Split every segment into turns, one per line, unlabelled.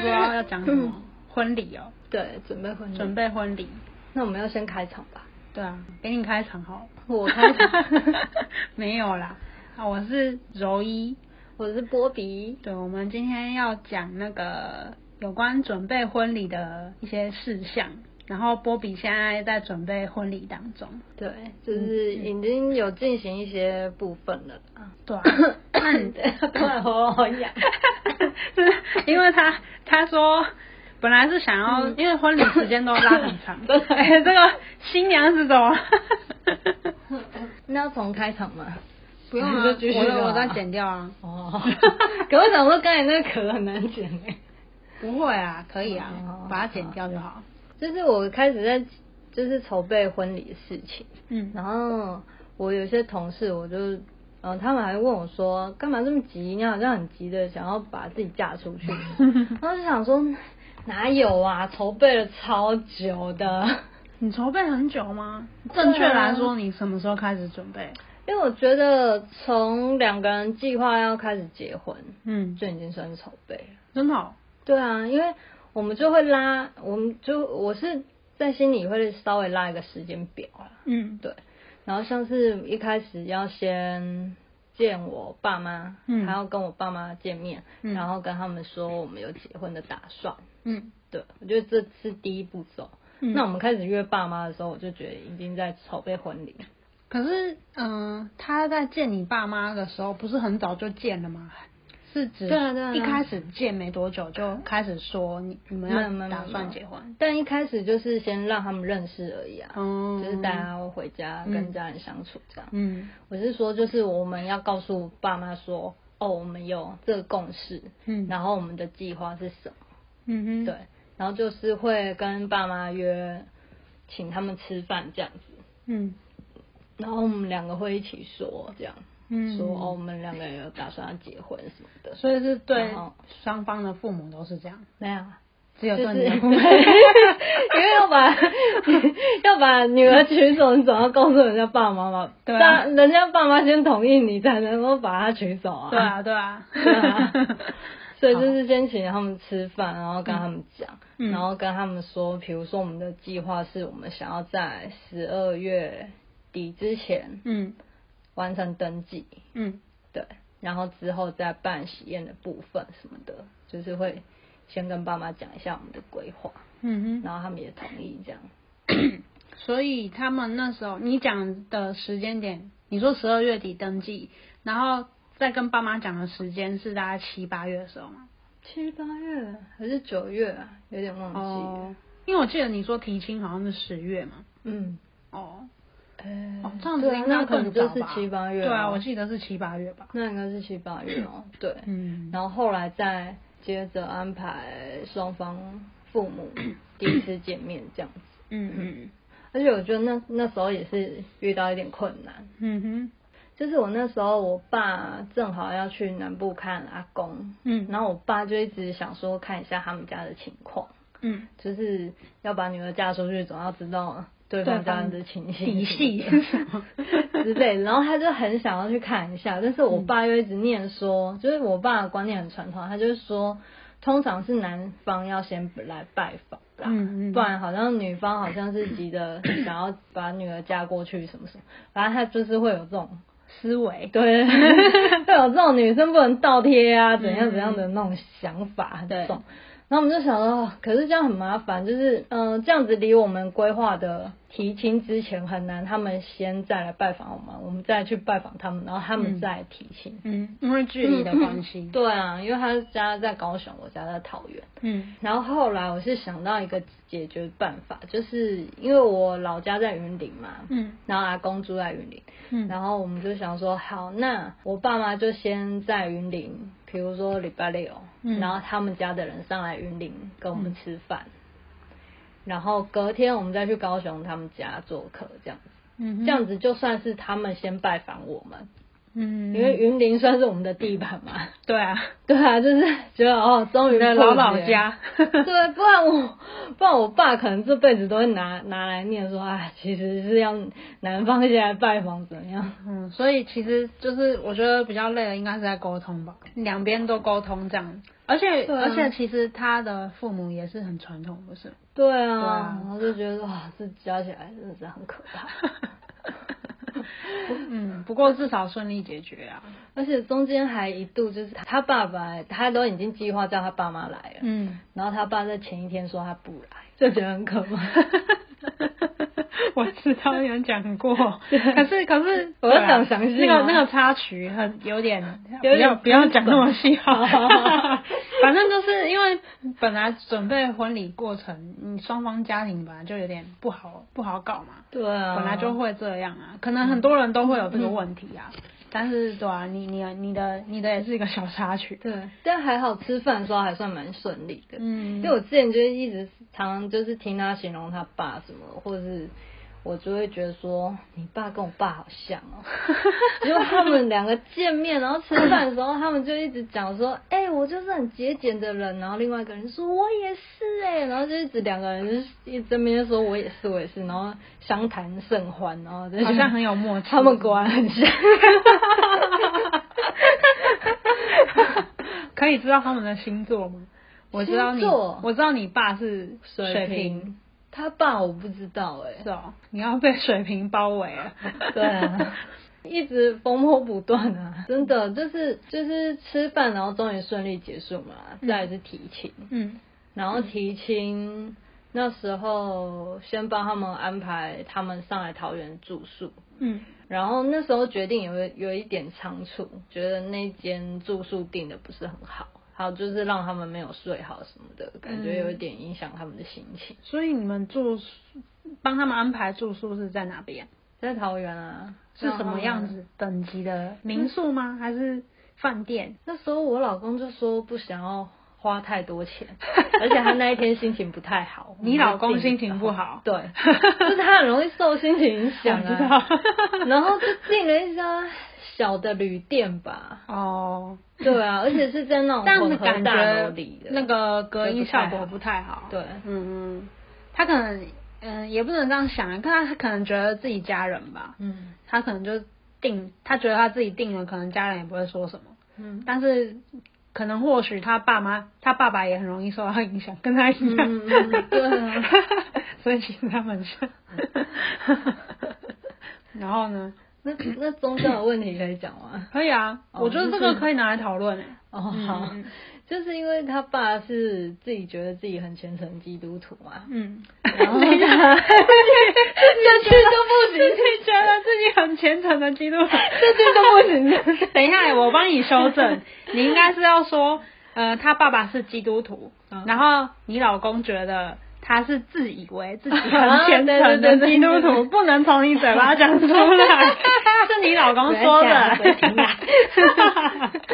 当什么
嗯
婚礼哦，
对，准备婚礼。
准。备婚礼。
那我们要先开场吧。
对啊，给你开场好了。
我开场
没有啦，啊，我是柔一。
我是波比。
对，我们今天要讲那个有关准备婚礼的一些事项。然后波比现在在准备婚礼当中，
对，就是已经有进行一些部分了。，
嗯 对、啊 那你
对，突然喉咙 好痒。
因为他他说本来是想要，
嗯
因为婚礼时间都拉很 长，
对
哎， 这个新娘是怎么？
那要重开场吗？
不用啊，
你就继续就好
我我再剪掉啊。
哦， 可我想说刚才那个壳很难剪哎。
不会啊，可以啊，
哦
把它剪掉就好。
就是我开始在就是筹备婚礼的事情，
嗯
然后我有些同事，我就，嗯、他们还问我说，干嘛这么急？你好像很急的想要把自己嫁出 去，然后就想说，哪有啊，筹备了超久的，
你筹备很久吗？
对啊
正确来说，你什么时候开始准备？
因为我觉得从两个人计划要开始结婚，
嗯，
就已经算是筹备了。
真的、哦。
对啊，因为我们就会拉，我们就我是在心里会稍微拉一个时间表啦。
嗯，
对，然后像是一开始要先见我爸妈，
嗯
还要跟我爸妈见面，
嗯
然后跟他们说我们有结婚的打算。
嗯
对，我觉得这是第一步骤。
嗯
那我们开始约爸妈的时候，我就觉得已经在筹备婚礼。
可是，嗯、他在见你爸妈的时候，不是很早就见了吗？是指
对啊对啊
一开始见没多久就开始说你你们
没有
要打算结婚，，
但一开始就是先让他们认识而已啊，
哦
就是大家回家
嗯
跟家人相处这样。
嗯
我是说，就是我们要告诉爸妈说，哦，我们有这个共识，
嗯
然后我们的计划是什么。
嗯哼，
对，，然后就是会跟爸妈约，请他们吃饭这样子，
嗯
然后我们两个会一起说这样，
嗯，
说哦，我们两个人有打算要结婚什么的，
所以是对
然后
双方的父母都是这样，
没有啊，
只有
就
对
是
你啊 的
因
父母。
为要把要把女儿娶走，你总要告诉人家爸妈嘛，
对啊
爸人家爸妈先同意你才能够把她娶走 啊，
对啊，对啊，
对 啊所以就是先请他们吃饭，然后跟他们讲，
嗯
然后跟他们说，比如说我们的计划是我们想要在十二月底之前
嗯
完成登记，
嗯
对，然后之后再办喜宴的部分什么的，就是会先跟爸妈讲一下我们的规划，
嗯哼，
然后他们也同意这样。
所以他们那时候你讲的时间点，你说十二月底登记，然后再跟爸妈讲的时间是大概七八月的时候吗？
七八月还是九月啊，有点忘记了。
哦，因为我记得你说提亲好像是十月嘛。
嗯，
哦，
哎
哦，这样
对
子
啊
应
那
该
可
更
能就
早
是
吧
七八月、哦
对啊，我记得是七八月吧。
那应该是七八月哦，对，
嗯
然后后来再接着安排双方父 母第一次见面这样子，
嗯嗯
而且我觉得那那时候也是遇到一点困难，
嗯哼，
就是我那时候我爸正好要去南部看阿公，
嗯
然后我爸就一直想说看一下他们家的情况，
嗯，
就是要把女儿嫁出去，总要知道对方家人的情形
底细
什么的 之类的。然后他就很想要去看一下，但是我爸又一直念说，就是我爸的观念很传统，他就是说，通常是男方要先来拜访啦，
嗯嗯
不然好像女方好像是急着想要把女儿嫁过去什么什么，反正他就是会有这种。
思维。
对， 会有这种女生不能倒贴啊，怎样怎样的那种想法很
嗯对
重。然后我们就想到，可是这样很麻烦，就是嗯、呃这样子离我们规划的提亲之前很难，他们先再来拜访我们，我们再去拜访他们，然后他们
嗯
再来提亲。
嗯，因为距离的关系。
对啊，因为他家在高雄，我家在桃园。
嗯
然后后来我是想到一个解决办法，就是因为我老家在云林嘛，
嗯
然后阿公住在云林，
嗯
然后我们就想说，好，那我爸妈就先在云林，比如说礼拜六，
嗯
然后他们家的人上来云林跟我们吃饭，然后隔天我们再去高雄他们家做客，这样子，
嗯哼，
这样子就算是他们先拜访我们，
嗯，
因为云林算是我们的地盘嘛。
对啊，
对啊，就是觉得哦，终于
你的
破
老老
解
家，
对，不然我不然我爸可能这辈子都会拿拿来念说，哎，其实是要男方先来拜访怎样？
嗯，所以其实就是我觉得比较累的应该是在沟通吧，两边都沟通这样，而且、
对啊
而且其实他的父母也是很传统，不是？
对啊，
对啊
然后就觉得哇，这加起来真的是很可 怕。
嗯，不过至少顺利解决啊。
而且中间还一度就是他他爸爸，他都已经计划叫他爸妈来了，
嗯，
然后他爸在前一天说他不来，就觉得很可怕。
我知道有人讲过，可是可是
我
对
要
啊
讲详细
那个
吗
那个插曲很有点，不
有点
要不要讲那么细好
好好好，
反正就是因为本来准备婚礼过程，你双方家庭本来就有点不好不好搞嘛，
对啊，
本来就会这样啊，可能很多人都会有这个问题
嗯
啊。但是对啊，你你你的你的也是一个小插曲，
对，但还好吃饭的时候还算蛮顺利的。
嗯
因为我之前就是一直常常就是听他形容他爸什么，或者是我就会觉得说你爸跟我爸好像哦。 结果他们两个见面，然后吃饭的时候，他们就一直讲说，哎、我就是很节俭的人。然后另外一个人说，我也是哎、然后就一直两个人就是一直在那边说我也是，我也是，然后相谈甚欢，然后就觉得
好像很有默契
他们果然很像。
可以知道他们的星座吗？我知道你，
星座
我知道你爸是水瓶，，
他爸我不知道哎、
是哦，你要被水瓶包围 了。
对啊，一直风波不断啊，真的就是就是吃饭，然后终于顺利结束嘛，再来是提亲，
嗯
然后提亲那时候先帮他们安排他们上来桃园住宿，
嗯
然后那时候决定有有一点仓促，觉得那间住宿订的不是很好。还有就是让他们没有睡好什么的，感觉有一点影响他们的心情。
嗯所以你们住宿，帮他们安排住宿是在哪边？
在桃园啊，
是什么样子等级的民宿吗？还是饭店？
那时候我老公就说不想要花太多钱， 而且他那一天心情不太好。
你老公心情不好
对，就是他很容易受心情影响
我知道
啊。然后就进了一家小的旅店吧，
哦，
对啊，而且是在那种
这样子
混合
感
大
觉
楼里的
那个隔音效果
就
不
不
太好。
对
嗯嗯，他可能嗯也不能这样想，但他可能觉得自己家人吧，
嗯
他可能就定，他觉得他自己定了，可能家人也不会说什么，
嗯
但是可能或许他爸妈，他爸爸也很容易受到影响，跟他一样。
嗯嗯嗯对啊
所以其实他们很 像。然后呢？
那那宗教的问题可以讲吗？
可以啊，
哦
我觉得这
就
个
是
可以拿来讨论诶。
哦，好，
嗯
就是因为他爸是自己觉得自己很虔诚基督徒嘛，
嗯，
然后
等一下
他这句就不
自
行，
己觉得自己很虔诚的基督徒，
这句都不 行。
等一下，我帮你修正，你应该是要说，呃，他爸爸是基督徒，
嗯
然后你老公觉得他是自以为自己很虔诚的基督
啊对对对对
徒，
对
不能从你嘴巴讲出来， 是你老公说的
不要讲了。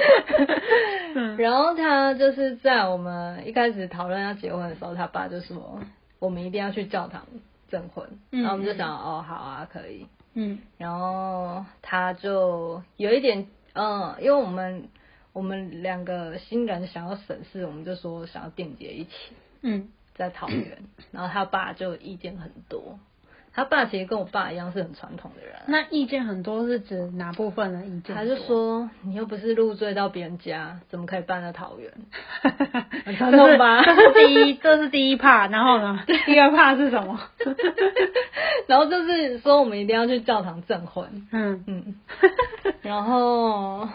嗯
然后他就是在我们一开始讨论要结婚的时候，他爸就说我们一定要去教堂证婚，
嗯
然后我们就想哦好啊可以，
嗯
然后他就有一点嗯，因为我们我们两个新人想要省事，我们就说想要订结一起，
嗯
在桃园，然后他爸就意见很多。他爸其实跟我爸一样是很传统的人啊，
那意见很多是指哪部分的意见？
他就，说你又不是入赘到别人家，怎么可以搬到桃园？
这
很
是
传统吧
这是第一，这是第一 part，然后 呢？第二 part 是什么？
然后就是说我们一定要去教堂证婚，
嗯，
嗯， 然后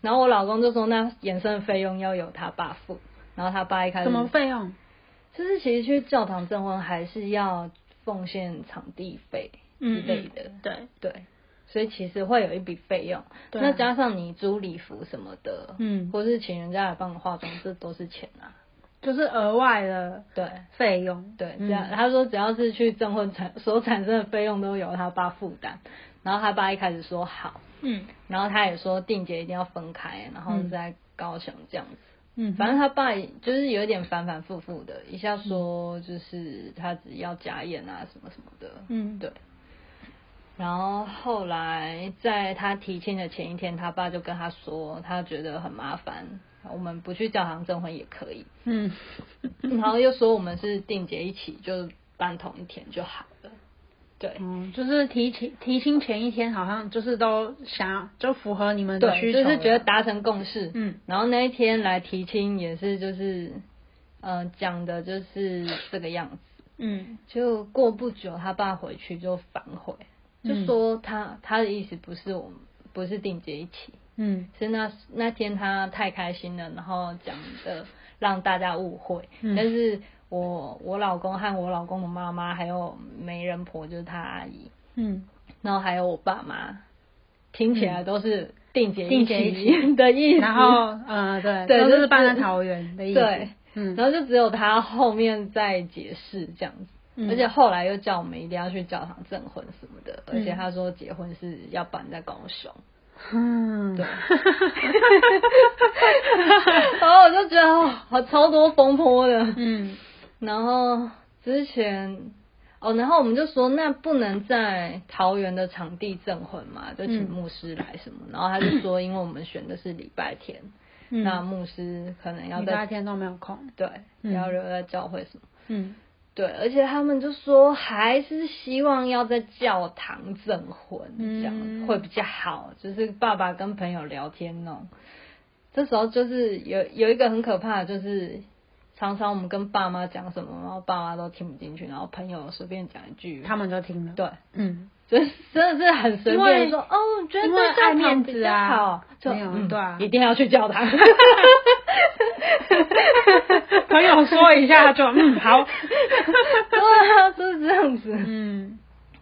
然后我老公就说那衍生费用要由他爸付，然后他爸一开始
什么费用？
就是其实去教堂证婚还是要奉献场地费之类的，
嗯对，
对，所以其实会有一笔费用，
对啊
那加上你租礼服什么的，
嗯
或是请人家来帮你化妆，这都是钱啊，
就是额外的
对。
费用。
对，
嗯
只要、他说只要是去证婚产 所产生的费用都由他爸负担，然后他爸一开始说好，
嗯
然后他也说定姐一定要分开，然后
嗯
在高雄这样子。
嗯，
反正他爸也就是有点反反复复的，一下说就是他只要家宴啊什么什么的，
嗯
对。然后后来在他提亲的前一天，他爸就跟他说，他觉得很麻烦，我们不去教堂证婚也可以。
嗯，
然后又说我们是定结一起，就办同一天就好了。对，
嗯，就是提前提亲前一天，好像就是都想要就符合你们的需
对，
求
就
了，
是觉得达成共识。
嗯，
然后那一天来提亲也是就是，呃，讲的就是这个样子。
嗯
就过不久，他爸回去就反悔，就
嗯
说他、他的意思不是我们不是定结一起，
嗯
是那那天他太开心了，然后讲的让大家误会。
嗯
但是我我老公和我老公的妈妈，还有媒人婆就是他阿姨，
嗯，
然后还有我爸妈，听起来都是定结
嗯定结一
起 的意思。
然后呃 嗯对，
对
都
就是是
办在桃园的意思，
对，
嗯
然后就只有他后面再解释这样子。
嗯
而且后来又叫我们一定要去教堂证婚什么的，
嗯
而且他说结婚是要办在高雄，
嗯，
对然后我就觉得哦，好超多风波的，
嗯
然后之前哦，然后我们就说那不能在桃园的场地证婚嘛，就请
嗯
牧师来什么。然后他就说，因为我们选的是礼拜天，
嗯，
那牧师可能要
你那
在
嗯天都没有空，
对，
嗯
要留在教会什么。
嗯
对，而且他们就说还是希望要在教堂证婚，这样、
嗯
会比较好。就是爸爸跟朋友聊天哦，这时候就是有有一个很可怕的，就是常常我们跟爸妈讲什么，然后爸妈都听不进去，然后朋友随便讲一句，
他们就听了，
对，
嗯，
真真的是很随
因为
便说哦，我觉得
因为
在教
爱
堂
面
比
子
较
啊
好，就嗯
没有对啊
一定要去 教堂。
朋友说一下就 嗯好，
对啊，就是这样子。
嗯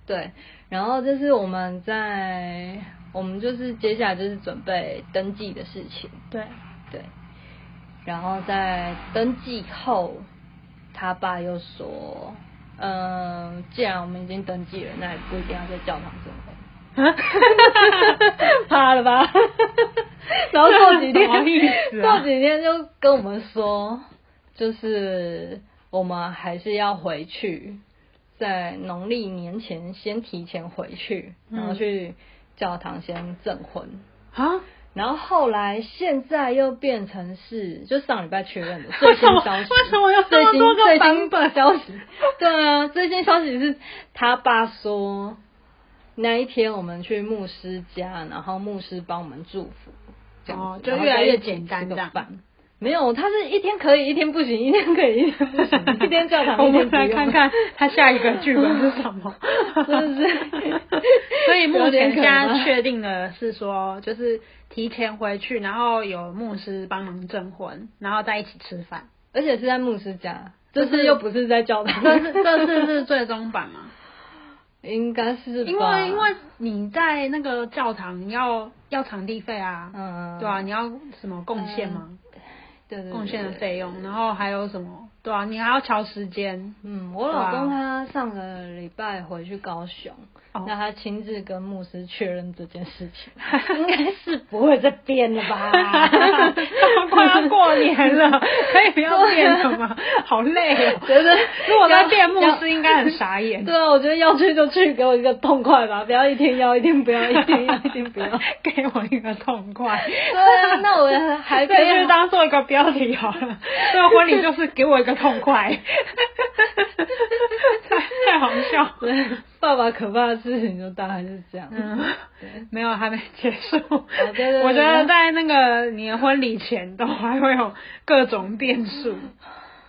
对，然后就是我们在我们就是接下来就是准备登记的事情，
对，
对，然后在登记后，他爸又说，嗯、既然我们已经登记了，那也不一定要在教堂证婚。怕 了吧？ 然后过几天，
什么意思啊
过几天就跟我们说，就是我们还是要回去，在农历年前先提前回去，
嗯
然后去教堂先证婚。
啊，
然后后来现在又变成是，就上礼拜确认的最
为什
新
么
消息。
为什么有这
最
么
新
多个
最
版
新
本？
消息？对啊，最新消息是他爸说，那一天我们去牧师家，然后牧师帮我们祝福，这样子
哦就
然后
越来
再
越
一起
简单
吃个
这样
饭没有，他是一天可以，一天不行，一天可以，一天 不行，一天教堂，
我
一天
们
不
来
用
看看他下一个剧本是什 么，
真的 是
所以目
有点
前现
可
在
怕
确定的是说，就是提前回去，然后有牧师帮忙证婚，然后再一起吃饭。
而且是在牧师家，
这
这
是
次又不是在教堂，
这是这次是最终版嘛？
应该是 吧
因为因为你在那个教堂要要场地费啊，
嗯
对啊，你要什么贡献吗？
对对对
贡献的费用，然后还有什么？对啊，你还要调时间。
嗯，我老公他上个礼拜回去高雄，
哦
那他亲自跟牧师确认这件事 情，应该是不会再变了吧
啊 快要 过年了，可以不要变了吗？好累哦。
啊觉得
如果在变牧
要
师，应该很傻眼。
对啊，我觉得要 去就去，给我一个痛快吧，不要一天要，一天不要，一天要，一天 不要。
给我一个痛快。
对啊，那我 还可
这就是
以。
当做一个标题好 了。这个婚礼就是给我一个痛快，太太好笑了。
对，爸爸可怕的事情就大概是这 样。
嗯
对，啊
没有，还没结束。
对对
我觉
对
得在那个你的婚礼前都还会有各种变 数，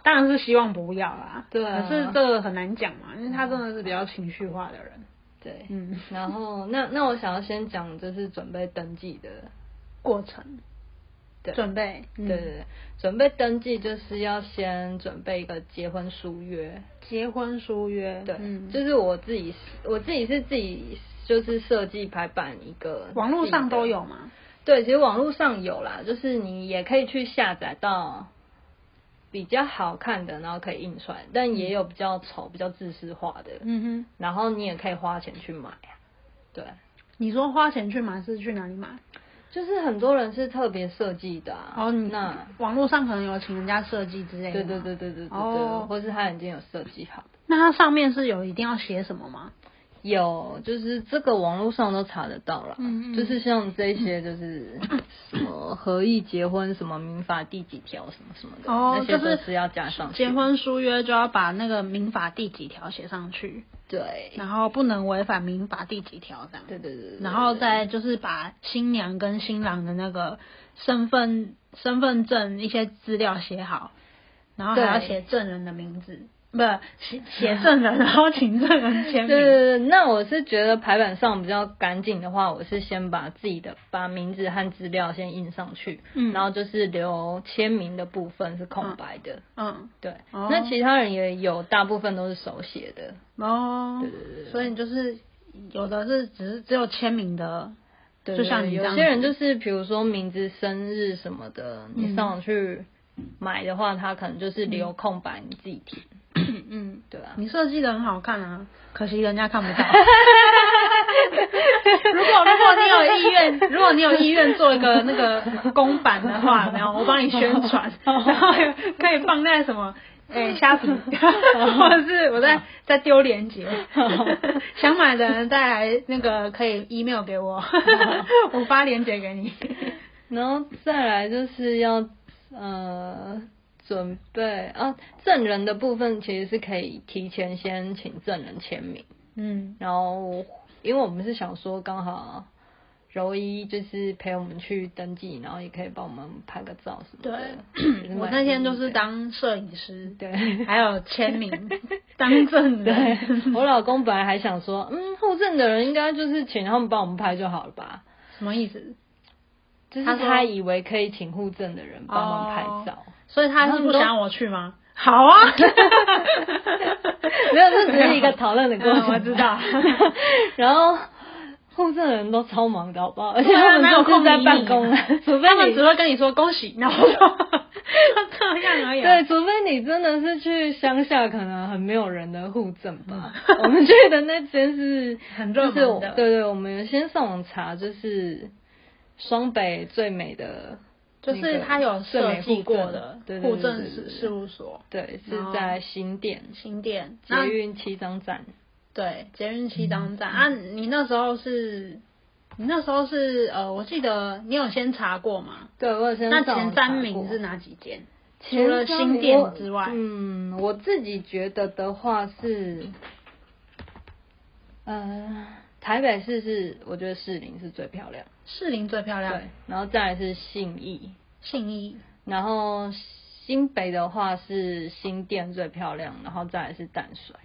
当然是希望不要啦。
对啊
可是这个很难讲嘛，因为他真的是比较情绪化的人。
对，
嗯，
然后那那我想要先讲就是准备登记的
过程
对
准备，嗯
对对，对，准备登记就是要先准备一个结婚书约，
结婚书约，
对，
嗯，
就是我自己我自己是自己就是设计排版一个，
网络上都有，嘛。
对，其实网络上有啦，就是你也可以去下载到。比较好看的，然后可以印出来，但也有比较丑、比较自私化的，
嗯哼，
然后你也可以花钱去买啊。对，
你说花钱去买是去哪里买？
就是很多人是特别设计的啊。
哦，你
那
网络上可能有请人家设计之类的。
对对对对对对对，
哦
或是他已经有设计好。
那它上面是有一定要写什么吗？
有，就是这个网络上都查得到啦。
嗯嗯
就是像这些，就是什么合意结婚，什么民法第几条，什么什么的，
哦
那些
就是
都是要加上去
结。婚书约就要把那个民法第几条写上去，
对，
然后不能违反民法第几条这样。
对对对对对
然后再就是把新娘跟新郎的那个身份、身份证一些资料写好，然后还要
对
写证人的名字，不写写证人，然后请证人签名。
对对对，对那我是觉得排版上比较干净的话，我是先把自己的把名字和资料先印上去，
嗯
然后就是留签名的部分是空白的，
嗯，
对，
哦
那其他人也有大部分都是手写的，
哦，所以你就是有的是只是只有签名的，
对
就像你这
有
样子
些人就是比如说名字、生日什么的，
嗯
你上网去买的话，他可能就是留空白，你自己填，
嗯，
对啊。
你设计的很好看啊，可惜人家看不 到。如果如果你有意愿， 如果你有意愿做一个那个公版的话，然后我帮你宣 传，然后可以放在什么？哎、虾皮，或者是我
哦
再再丢链 接，想买的人再来那个可以 email 给我，
哦
我发链接给你。
然后再来就是要呃准备啊，证人的部分其实是可以提前先请证人签名，
嗯，
然后因为我们是想说刚好柔一就是陪我们去登记，然后也可以帮我们拍个照什么的。也蛮
我那天就是
对
当摄影师，
对。
还有签 名，当证
对
人。
我老公本来还想说，嗯，后证的人应该就是请他们帮我们拍就好了吧，
什么意思？
就是
他说
他以为可以请户证的人帮忙拍
哦
照，
所以他是不想让我去吗？好 啊，
没有，这只是一个讨论的过程。
嗯我知道。
然后后证人都超忙的，好不好？ 而且
对啊
他
哪
们
有
都是
空
在
理
办
你
公啊， 除
他
非
们
你
只会跟你说恭喜，然后就 就这样而已啊。
对，除非你真的是去乡下，可能很没有人的户政吧。 我们去的那间是
嗯很热
就
门的
是我对对，我们有先上网查，就是双北最美的那
就是
个最美户政，
他有设计过的
对对
户
对
政
对
事
对
事务所
对，是
然后
在新店
新店。
捷
哦那
运嗯七张站。
对捷运七张站啊，你那时候是，你那时候是呃，我记得你有先查过吗？
对，我有先
那
上网
前
查
三名
过
是哪几间？
前
除了
三
新
名
店
我
之外
嗯，我自己觉得的话是，呃，台北市是我觉得士林是最漂亮，
士林最漂亮
对，，然后再来是信义，
信义，
然后新北的话是新店最漂亮，然后再来是淡水，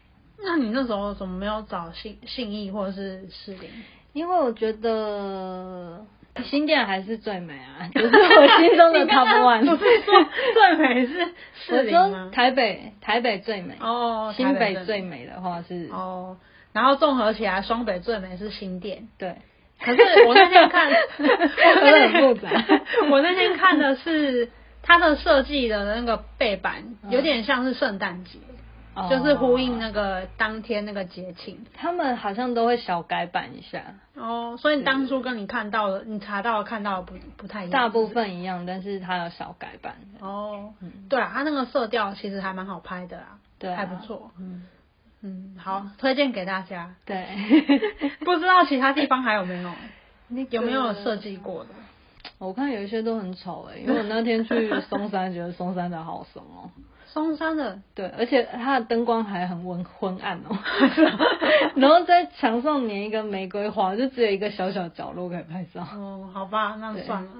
那你那时候怎么没有找信信义或者是士林？
因为我觉得。新店还是最美啊， 就是我心中的
你刚
top
刚
one。
不是说最美是士
我
林
说
吗？
台北，台北最美。
哦，
新
台
北最美的话是，
哦，然后综合起来，双北最美是新店。
对，
可是我那天 看，我那天
有点复杂
我那天看的是它的设计的那个背板，
嗯
有点像是圣诞节，
哦
就是呼应那
个。
个当天那个节庆。
他们好像都会小改版一下，
哦，所以你当初跟你看到的、你查到的看到的不不太一样。
大部分一样，但是它有小改版。
哦，对啊，它那个色调其实还蛮好拍的啦，
对啊
还不错。
嗯，
嗯，好，推荐给大家。
对。
不知道其他地方还有没有，
那
有没有设？计过的？
我看有一些都很丑哎、因为我那天去松山，觉得松山的好怂 哦、
松山的
对，而且它的灯光还很昏昏暗哦、 然后在墙上粘一个玫瑰花，就只有一个小小角落可以拍照。
哦，好吧，那算了。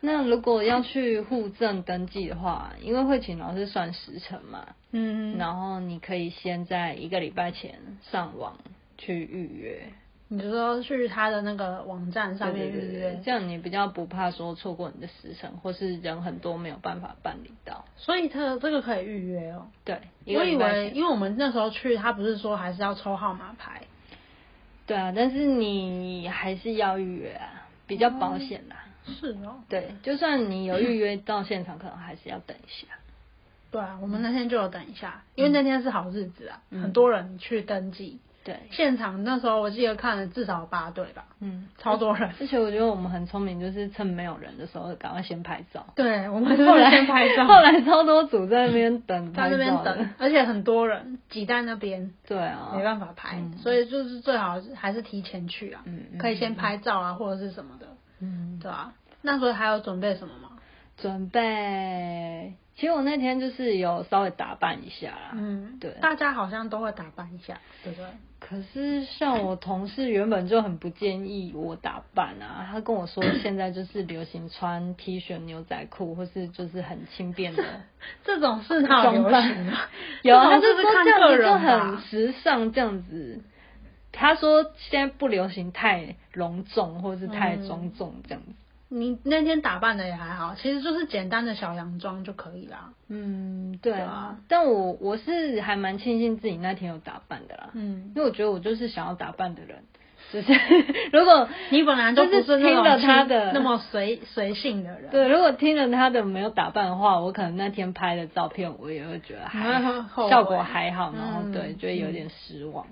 那如果要去户政登记的话，因为会请老师算时辰嘛，
嗯，
然后你可以先在一个礼拜前上网去预约，
你就说去他的那个网站上面
对对
预
对
约
对，，这样你比较不怕说错过你的时辰，或是人很多没有办法办理到。
所以他这个可以预约哦。
对，一
我
个礼
以
拜
为，
前
因为我们那时候去，他不是说还是要抽号码牌，
对啊，但是你还是要预约啊，比较保险啦、
是哦。
对，就算你有预约到现场，可能还是要等一下。
嗯对啊，我们那天就有等一下，因为那天是好日子啊，
嗯
很多人去登记，
对
现场那时候我记得看了至少有八队吧，
嗯，
超多人。
而且我觉得我们很聪明，就是趁没有人的时候赶快先拍照。
对，我们
后
就是
来
先拍照，
后来超多组在那边等
在
拍
那
照的，
边等，而且很多人挤在那边，
对啊，
没办法拍，
嗯
所以就是最好还是提前去啊，
嗯嗯
可以先拍照啊或者是什么的，
嗯，
对啊。那所以还有准备什么吗？
准备。其实我那天就是有稍微打扮一下啦，
嗯，
对。
大家好像都会打扮一下，对不对？
可是像我同事原本就很不建议我打扮啊，他跟我说现在就是流行穿 T 恤、牛仔裤，或是就是很轻 便的
这种是哪有
装
流行
扮
啊？。
有，
这
他
种
就是说
看
这样
个
子就
人啊
很
吧。
时尚，这样子。他说现在不流行太隆重，或是太
嗯
庄重这样子。
你那天打扮的也还好，其实就是简单的小洋装就可以啦。
嗯，对
对
啊
啊。
但我我是还蛮庆幸自己那天有打扮的啦。
嗯，
因为我觉得我就是想要打扮的人，就是 如果
你本来就不
就是
那
听
种
了他
轻
的
那么随随性的人，
对，如果听了他的没有打扮的话，我可能那天拍的照片我也会觉得还
你会后
好
悔
效果还好，然后
嗯
对，就会有点失望。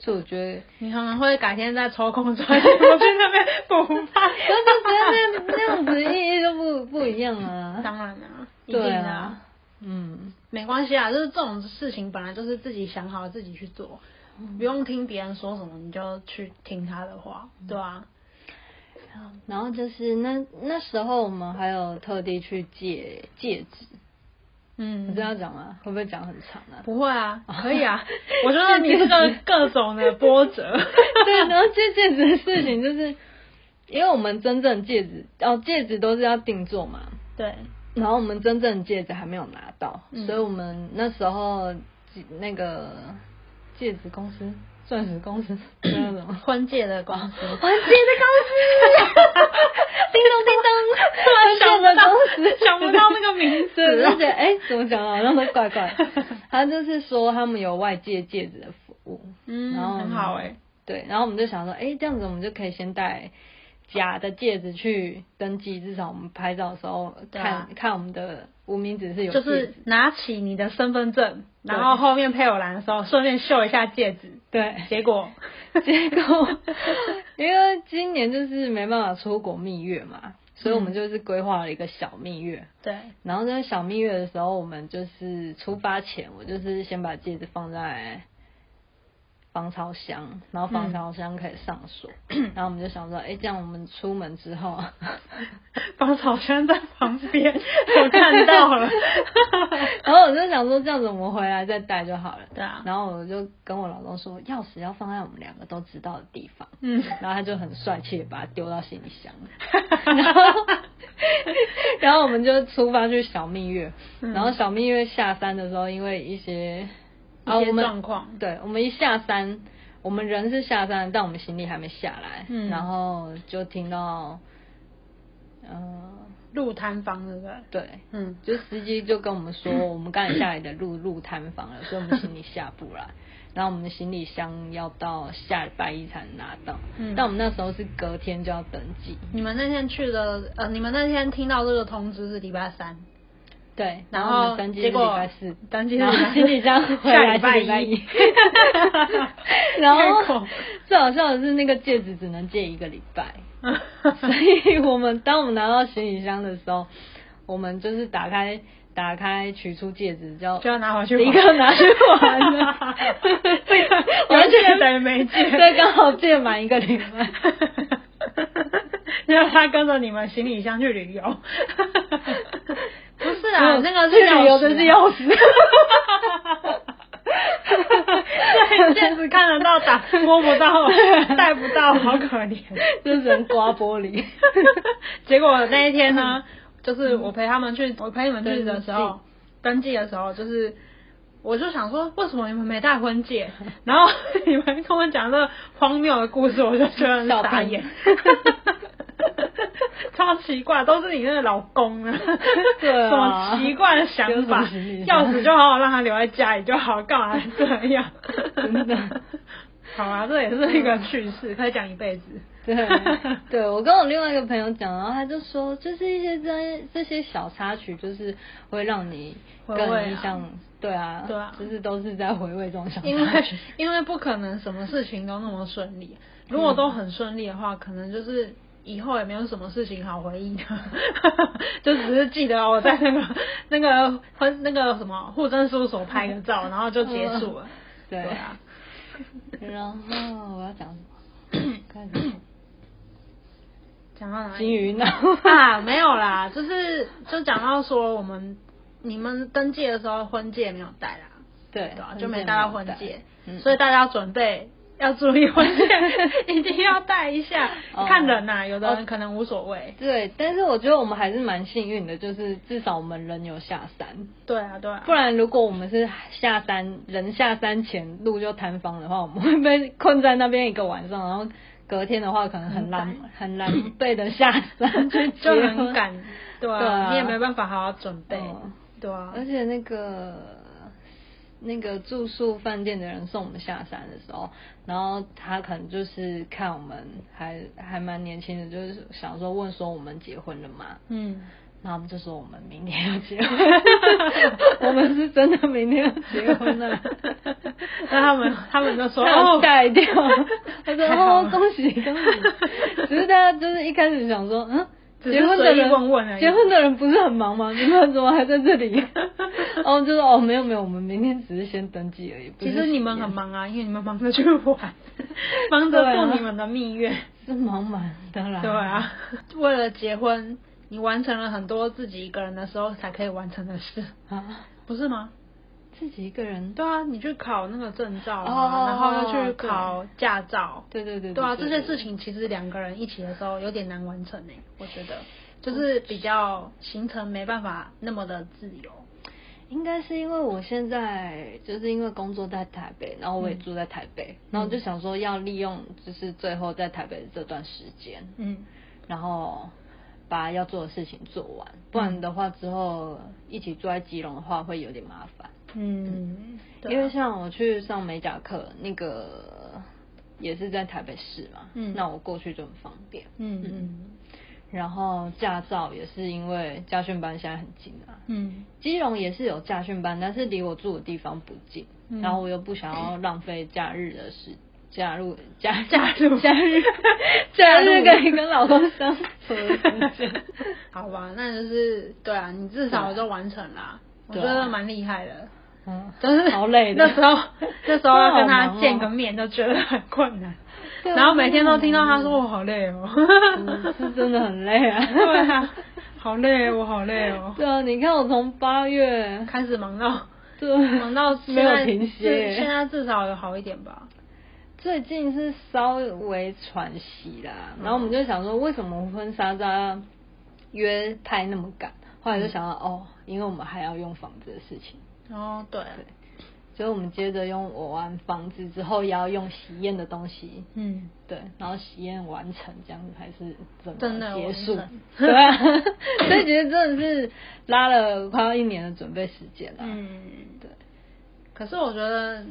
所以我觉得，
你可能会改天再抽空再 我去那边补 拍。
但是觉得那那样子意义就不不一样啊。
当然啦、一定
对
的、
啊，嗯，
没关系啊，就是这种事情本来就是自己想好自己去做，
嗯
不用听别人说什么，你就去听他的话，
嗯
对啊。
然后就是那那时候我们还有特地去借戒指，
嗯
你这样讲吗？会不会讲很长啊？
不会啊，可以啊。我觉得你这个各种的波折，
对，然后借戒指的事情，就是因为我们真正戒指哦，戒指都是要定做嘛，
对，
然后我们真正戒指还没有拿到，
嗯
所以我们那时候几那个戒指公司、钻石公司那叫什 么？
婚戒的公司，
我戒指公 司，叮咚叮咚，
想不
钻戒的
到
公司，
想不到那个名字
对，
啊
就觉得哎、怎么讲啊，好像都怪怪 的。他就是说他们有外界戒指的服务，
嗯，
然后
很好哎、
对，然后我们就想说，哎，这样子我们就可以先带假的戒指去登记，至少我们拍照的时候
对
看、
啊
看我们的无名指是有
就
戒指，
是拿起你的身份证，
对
然后后面配偶栏的时候顺便秀一下戒指，
对。
结果
结果因为今年就是没办法出国蜜月嘛，所以
嗯
我们就是规划了一个小蜜月。
对，
然后在小蜜月的时候，我们就是出发前，我就是先把戒指放在防潮箱，然后
嗯
防潮箱可以上 锁。然后我们就想说，哎，这样我们出门之后，
芳草轩在旁 边，我看到 了，
然后我就想说，这样子我们回来再戴就好了。
对啊，
然后我就跟我老公说，钥匙要放在我们两个都知道的地方。
嗯，
然后他就很帅气的把它丢到行李 箱，然后 然后我们就出发去小蜜月，
嗯
然后小蜜月下山的时候，因为一些啊
一
我
些
们
状况，
对，我们一下山，我们人是下山，但我们行李还没下来，
嗯
然后就听到，呃，
路摊方对不对？
对，
嗯，
就司机就跟我们 说，我们刚才下来的路路摊房了，所以我们行李下不来，然后我们的行李箱要到下礼拜一才能拿到，
嗯
但我们那时候是隔天就要登记，
你们那天去的，呃，你们那天听到这个通知是礼拜三，
对，
然
后我
后
们登记是
结
礼
果
拜四，
登记是
然后
礼拜四
行李箱回来是礼拜一， 然
太恐
后最好笑的是那个戒指只能借一个礼 拜，所以我们当我们拿到行李箱的时候，我们就是打开打开取出戒指，叫
就要拿回去玩，
立刻拿去玩了
这个
完
完
全
全等于没 借
对，刚好借满一个礼拜。
让他跟着你们行李箱去旅游。不是啊，
嗯
那个
去
是
旅游的是
钥匙
钥匙，
对，戒指看得到，打摸不 到，戴不到，好可怜。
就是人刮玻璃。
结果那一天呢，就是我陪他们去，我陪你们去的时候，登记的时候，就是我就想说，为什么你们没带婚戒？然后你们跟我讲这荒谬的故事，我就觉得很傻眼
笑屁，
超奇怪，都是你那个老公啊，
对啊
什么奇怪的想法
有什么行李，箱
钥匙就好好让他留在家里就好，干嘛这样？
真的。
好啊，这也是一个趣事，可以讲一辈子。
对，对我跟我另外一个朋友讲，然后他就说，就是一些这这些小插曲，就是会让你
回味啊
更印象对啊，
对啊
就是都是在回味中想 大学。
因为因为不可能什么事情都那么顺利，如果都很顺利的话，可能就是以后也没有什么事情好回忆的， 就只是记得哦我在那 个那个婚那个什么户政事务所拍个照，然后就结束了。
对
啊，
啊然后哦我要讲什么？看什 么？
讲到哪
金
里？
鱼脑
啊，没有啦，就是就讲到说我们你们登记的时候婚戒没有带啦，
对
对啊，
婚
就没
戒
带到
有
婚
带
戒，
嗯
所以大家要准备要注意婚 戒，一定要带一 下。
哦
看人呐、有的人可能无所谓。
对，但是我觉得我们还是蛮幸运的，就是至少我们人有下山。
对啊，对啊，
不然，如果我们是下山，人下山前路就瘫方的话，我们会被困在那边一个晚上，然后隔天的话可能很狼很狼狈的下山去
就
结
很
婚
赶， 对啊，
对啊
你也没办法好好准备，
嗯
对啊
而。且那个那个住宿饭店的人送我们下山的时候，然后他可能就是看我们还还蛮年轻的，就是想说问说我们结婚了吗？
嗯，
然后我们就说我们明天要结婚， 我们是真的明天要结婚了。
那他们他们就说
他
哦，
吓一跳，他 说
太好
哦
了
恭喜 恭喜，只是大家就是一开始想说嗯。
只是
结婚的
随
人
意问问而已
结婚的人不是很忙吗？你们怎么还在这里？ 然后就说哦，没有没有，我们明天只是先登记而已。不是
其实你们很忙啊，因为你们忙着去玩，忙
对
着
啊
过你们的蜜 月。
是忙满，当然
对啊，为了结婚，你完成了很多自己一个人的时候才可以完成的事，
啊，
不是吗？
自己一个人，
对啊，你去考那个证照
哦
啊，然后又去考驾照，
对对对
对啊，这些
情。
事情其实两个人一起的时候有点难完成呢、我觉得就是比较行程没办法那么的自由。
应该是因为我现在就是因为工作在台北，然后我也
嗯
住在台北，然后我就想说要利用就是最后在台北的这段时间，
嗯，
然后把要做的事情做完，不
嗯
然的话之后一起住在基隆的话会有点麻烦，
嗯，对啊
因为像我去上美甲课，那个也是在台北市嘛，
嗯
那我过去就很方便，
嗯嗯
然后驾照也是因为家训班现在很近啊，
嗯
基隆也是有驾训班，但是离我住的地方不近，
嗯
然后我又不想要浪费假日的时假入假
假日
假日假日跟跟老公相处的时间。
好吧，那就是对啊，你至少就完成啦，我觉
对啊
得蛮厉害的。
嗯，
就是
好累的。
那时 候那时候要跟
好
他
忙哦
见个面都觉得很困难，
对啊
然后每天都听到他说我好累哦，
嗯是真 的很累啊。
对啊，好累，我好累哦，
对啊，你看我从八月
开始忙到
对啊
忙到现
没有
在
停
至现
歇，
在至少有好一点吧，
最近是稍微喘息啦。
嗯
然后我们就想说，为什么婚纱照约拍那么赶？后来就想到，
嗯
哦，因为我们还要用房子的事情。
哦对，
所以我们接着用我完房子之后，也要用喜宴的东西，
嗯，
对，然后喜宴完成，这样才是整
真的
个结束
完成，
对啊， 所以其实真的是拉了快要一年的准备时间啦，
嗯，
啊对，
可是我觉得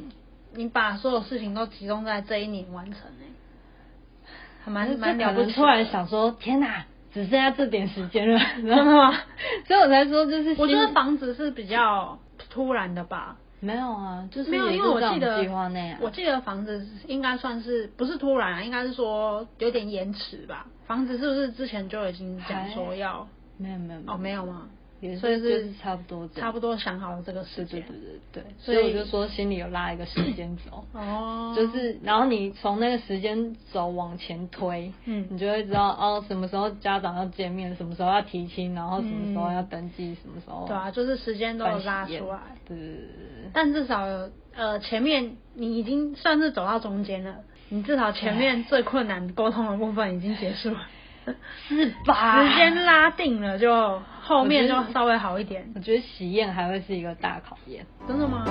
你把所有事情都集中在这一年完成诶、还蛮蛮
就
了
可
不
能
起的。
突然想说，天哪，只剩下这点 时间了，真
的吗？
所以我才说，就是
我觉得
心
房子是比较突然的吧，
没有啊，就是
没有，
也
因
是
为我
在
记
们
得
计划内啊，
我记得房子应该算是不是突然、啊，应该是说有点延迟吧。房子是不是之前就已经讲说要？
没有没有
哦，没有吗？
嗯也是
所以
就是是差不多这样
差不多想好了这个
对
时
对
间。
对对对，所
所
以
以
我就说心里有拉一个时间轴，
哦，
就是，然后你从那个时间轴往前推，
嗯
你就会知道哦，什么时候家长要见面，什么时候要提亲，然后什么时候要登记，什么时
嗯
候
对啊，就是时间都有拉
办喜宴
出来，
对对对
但至少有呃前面你已经算是走到中间了，你至少前面最困难沟通的部分已经结束了，
对， 是吧？
时间拉定了就后面
我觉得
就稍微好一点。
我觉得喜宴还会是一个大考验。
真的吗？